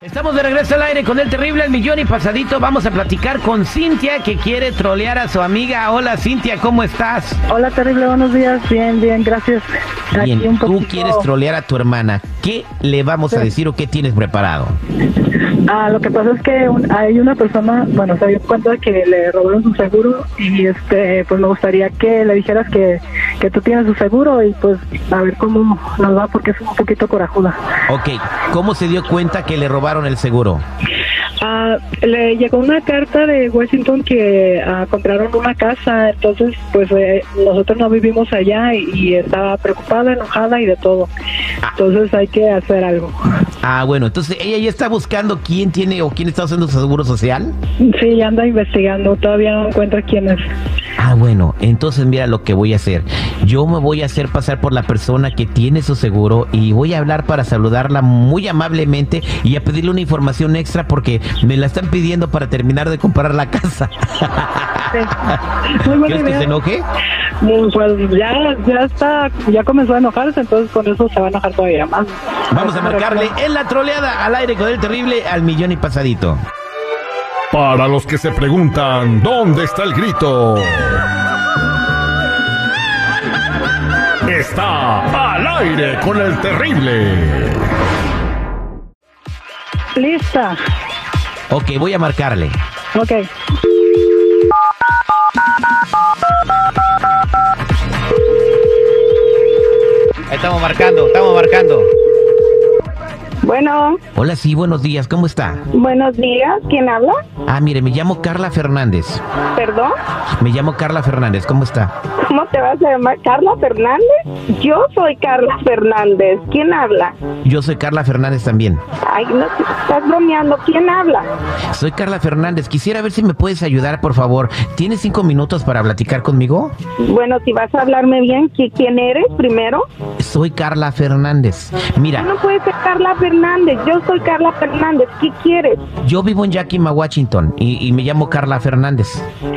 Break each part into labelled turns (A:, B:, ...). A: Estamos de regreso al aire con el terrible El Millón y Pasadito. Vamos a platicar con Cintia que quiere trolear a su amiga. Hola Cintia, ¿cómo estás?
B: Hola, terrible, buenos días. Bien, bien, gracias. Aquí
A: Bien,
B: un
A: tú
B: poquito-
A: quieres trolear a tu hermana. ¿Qué le vamos a decir o qué tienes preparado?
B: Ah, lo que pasa es que un- hay una persona, bueno, se dio cuenta que le robaron su seguro y este, pues me gustaría que le dijeras que, que tú tienes su seguro y pues a ver cómo nos va porque es un poquito corajuda.
A: Ok, ¿cómo se dio cuenta que le robaron el seguro?
B: Ah, le llegó una carta de Washington que ah, compraron una casa, entonces pues eh, nosotros no vivimos allá y, y estaba preocupada, enojada y de todo. Entonces hay que hacer algo.
A: Ah, bueno, entonces ella ya está buscando quién tiene o quién está usando su seguro social.
B: Sí, ya anda investigando, todavía no encuentra quién es.
A: Ah, bueno, entonces mira lo que voy a hacer. Yo me voy a hacer pasar por la persona que tiene su seguro y voy a hablar para saludarla muy amablemente y a pedirle una información extra porque me la están pidiendo para terminar de comprar la casa.
B: Sí. Muy buena
A: ¿Quieres que
B: idea.
A: se enoje?
B: Mm, Pues ya, ya está, ya comenzó a enojarse, entonces con eso se va a enojar todavía más.
A: Vamos a marcarle en la troleada al aire con el terrible al millón y pasadito.
C: Para los que se preguntan, ¿dónde está el grito? Está al aire con el terrible.
B: Lista.
A: Ok, voy a marcarle.
B: Ok.
A: Estamos marcando, estamos marcando.
D: Bueno,
A: Hola, sí, buenos días, ¿cómo está?
D: buenos días. ¿Quién habla?
A: Ah, mire, me llamo Carla Fernández.
D: Perdón.
A: Me llamo Carla Fernández, ¿cómo está?
D: ¿Cómo te vas a llamar? ¿Carla Fernández? Yo soy Carla Fernández. ¿Quién habla?
A: Yo soy Carla Fernández también.
D: Ay, no, estás bromeando. ¿Quién habla?
A: Soy Carla Fernández. Quisiera ver si me puedes ayudar, por favor. ¿Tienes cinco minutos para platicar conmigo?
D: Bueno, si vas a hablarme bien, ¿qui- ¿quién eres primero?
A: Soy Carla Fernández.
D: Tú
A: Mira,
D: No puedes ser Carla Fernández. Yo soy Carla Fernández. ¿Qué quieres?
A: yo vivo en Yakima, Washington, y, y me llamo Carla Fernández.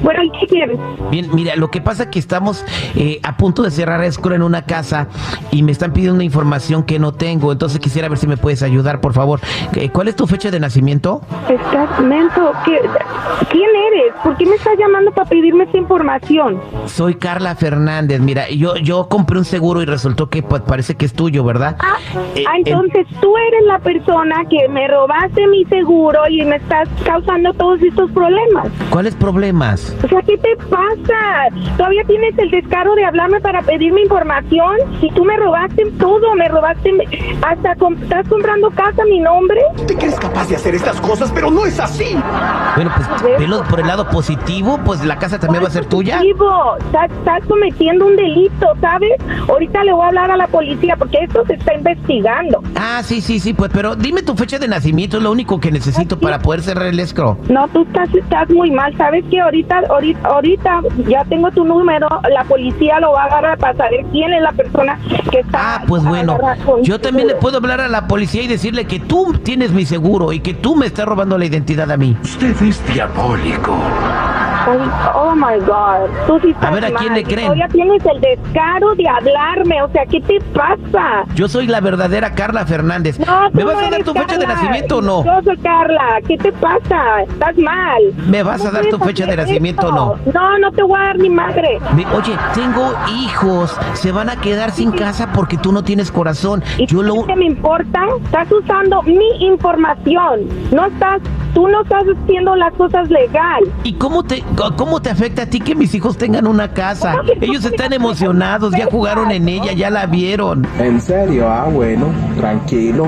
D: Bueno, ¿y qué quieres?
A: Bien, mira, lo que pasa es que estamos eh, a punto de cerrar la escuela en una casa y me están pidiendo una información que no tengo. Entonces quisiera ver si me puedes ayudar, por favor. Eh, ¿Cuál es tu fecha de nacimiento?
D: Estás mento. ¿Qué- ¿Quién eres? ¿Por qué me estás llamando para pedirme esa información?
A: Soy Carla Fernández. Mira, yo, yo compré un seguro y resultó que pues, parece que es tuyo, ¿verdad?
D: Ah,
A: Eh,
D: ah,
A: en-
D: entonces tú eres la persona que me robaste mi seguro y me estás causando todos estos problemas.
A: ¿Cuáles problemas?
D: O sea, ¿qué te pasa? ¿Todavía tienes el descaro de hablarme para pedirme información? Si tú me robaste todo, me robaste hasta com- estás comprando casa a mi nombre.
E: Te crees capaz de hacer estas cosas, pero no es así.
A: Bueno,
D: Ah,
A: pues velo por el lado positivo, pues la casa también va a ser tuya.
D: Vivo, estás, estás cometiendo un delito, ¿sabes? Ahorita le voy a hablar a la policía porque esto se está investigando.
A: Ah, sí, sí, sí, pues, pero dime tu fecha de nacimiento, es lo único que necesito para poder cerrar el escro.
D: No, tú estás, estás muy mal. Sabes que ahorita, ahorita, ahorita ya tengo tu número. La policía lo va a agarrar para saber quién es la persona que está.
A: Ah, pues bueno,
D: agarrada con
A: yo también le
D: seguro.
A: puedo hablar a la policía y decirle que tú tienes mi seguro y que tú me estás robando la identidad a mí.
E: Usted es diabólico.
D: Oh, oh my God. Tú sí estás
A: A ver, ¿a quién
D: mal.
A: le creen?
D: Todavía tienes el descaro de hablarme. O sea, ¿qué te pasa?
A: Yo soy la verdadera Carla Fernández.
D: No, tú
A: ¿Me vas
D: no
A: a dar
D: eres
A: tu fecha de
D: Carla.
A: nacimiento o no?
D: Yo soy Carla. ¿Qué te pasa? Estás mal.
A: ¿Me vas
D: ¿Cómo
A: a dar tu
D: puedes
A: fecha de
D: hacer
A: nacimiento o no?
D: esto? No, no te voy a dar mi madre.
A: Me- oye, tengo hijos, se van a quedar sin casa porque tú no tienes corazón.
D: ¿Y
A: Yo
D: qué
A: lo
D: te me importa? Estás usando mi información. No estás, tú no estás haciendo las cosas legal.
A: ¿Y cómo te, co- cómo te afecta a ti que mis hijos tengan una casa?
D: ¿Cómo que
A: Ellos
D: tú
A: están
D: tienes
A: emocionados, ya
D: una
A: jugaron en
D: casa,
A: ella, ya la vieron.
F: En serio, ah, bueno, tranquilo.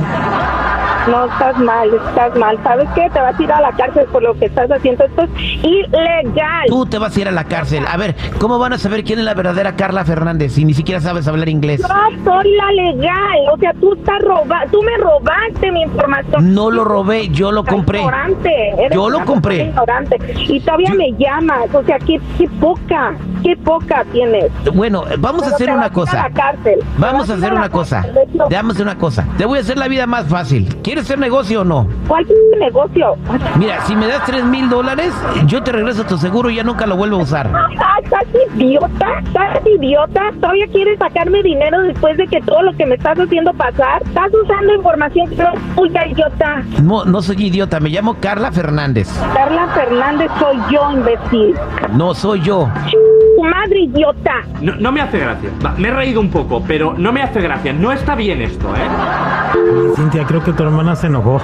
D: No, estás mal, estás mal. ¿Sabes qué? Te vas a ir a la cárcel por lo que estás haciendo. Esto es ilegal.
A: Tú te vas a ir a la cárcel. A ver, ¿cómo van a saber quién es la verdadera Carla Fernández si ni siquiera sabes hablar inglés?
D: Yo soy la legal. O sea, tú, estás roba tú me robaste mi información.
A: No lo robé, yo lo
D: Estás
A: compré.
D: ignorante. Eres
A: Yo lo
D: una
A: compré.
D: persona ignorante. Y todavía me llamas. O sea, qué, qué poca, qué poca tienes.
A: Bueno, vamos a
D: Pero
A: hacer
D: te
A: una
D: vas a ir a
A: cosa.
D: la cárcel. Te
A: Vamos
D: vas
A: a hacer
D: ir la
A: una cosa.
D: cárcel, de hecho.
A: Te vamos a hacer una cosa. Te voy a hacer la vida más fácil. ¿Quieres hacer negocio o no?
D: ¿Cuál es tu negocio?
A: Mira, si me das tres mil dólares, yo te regreso tu seguro y ya nunca lo vuelvo a usar.
D: Ah, ¿Estás idiota? ¿Estás idiota? ¿Todavía quieres sacarme dinero después de que todo lo que me estás haciendo pasar? ¿Estás usando información que no es tuya, idiota?
A: No, no soy idiota, me llamo Carla Fernández.
D: Carla Fernández soy yo, imbécil.
A: No soy yo.
D: Ch- Tu madre, idiota.
F: No, no me hace gracia. Va, me he reído un poco, pero no me hace gracia. No está bien esto, ¿eh?
G: Cintia, creo que tu hermana se enojó.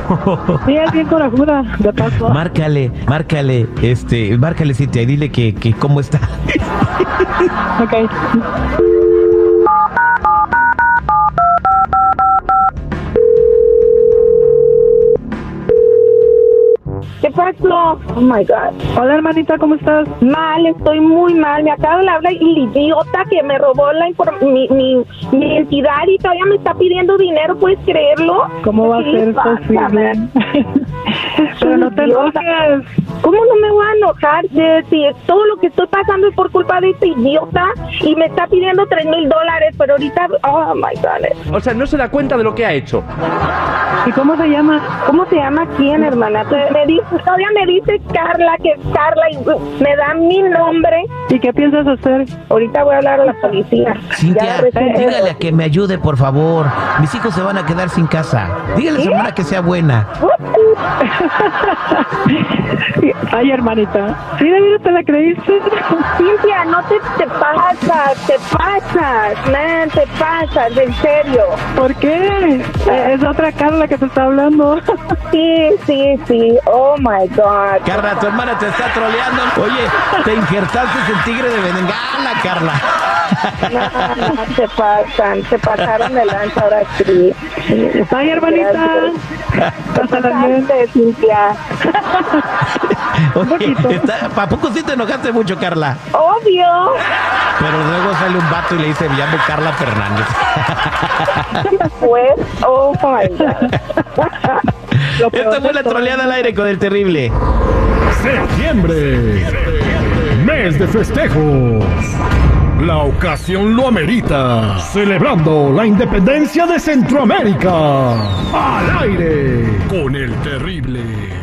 B: Sí, es bien corajuda, de paso.
A: Márcale, márcale, este, márcale Cintia y dile que, que cómo está.
B: Ok.
D: ¿Qué pasó? Oh my God.
B: Hola, hermanita, ¿cómo estás?
D: Mal, estoy muy mal. Me acaba de hablar el idiota que me robó la inform- mi, mi, mi identidad y todavía me está pidiendo dinero. ¿Puedes creerlo?
B: ¿Cómo va a
D: ¿Qué
B: ser
D: le pasa,
B: posible?
D: man?
B: Pero no te
D: Idiota.
B: enojes.
D: ¿Cómo no me voy a enojar, Jessy? Todo lo que estoy pasando es por culpa de este idiota y me está pidiendo tres mil dólares, pero ahorita, oh my God.
F: O sea, no se da cuenta de lo que ha hecho.
B: ¿Y cómo se llama?
D: ¿Cómo se llama quién, hermana? Te- Me dice, todavía me dice Carla, que es Carla y uh, me da mi nombre.
B: ¿Y qué piensas hacer?
D: Ahorita voy a hablar a la policía. Ya
A: Cintia,
D: recién-
A: dígale a que me ayude, por favor. Mis hijos se van a quedar sin casa. Dígale a su
D: ¿Qué?
A: hermana que sea buena.
B: Ay, hermanita. Mira, mira, te la creíste.
D: Cintia, no te, te pasas, te pasas, man, te pasas, en serio.
B: ¿Por qué? Eh, Es otra Carla que te está hablando.
D: Sí, sí, sí, oh my God.
A: Carla, tu hermana te está troleando. Oye, te injertaste el tigre de Bengala, Carla.
D: No, no, se pasan, se pasaron de lanza ahora sí.
B: Ay, hermanita. Pásala bien.
D: Bastante, Cintia.
A: Oye,
B: poquito.
A: está- ¿a poco sí te enojaste mucho, Carla?
D: Obvio.
A: Pero luego sale un vato y le dice, me llamo Carla Fernández.
D: Pues, oh my God.
B: Lo peor
A: Esta fue
B: de
A: la
B: todo.
A: troleada al aire con el terrible.
C: Septiembre. Mes de festejos. La ocasión lo amerita. Celebrando la independencia de Centroamérica. Al aire con el terrible.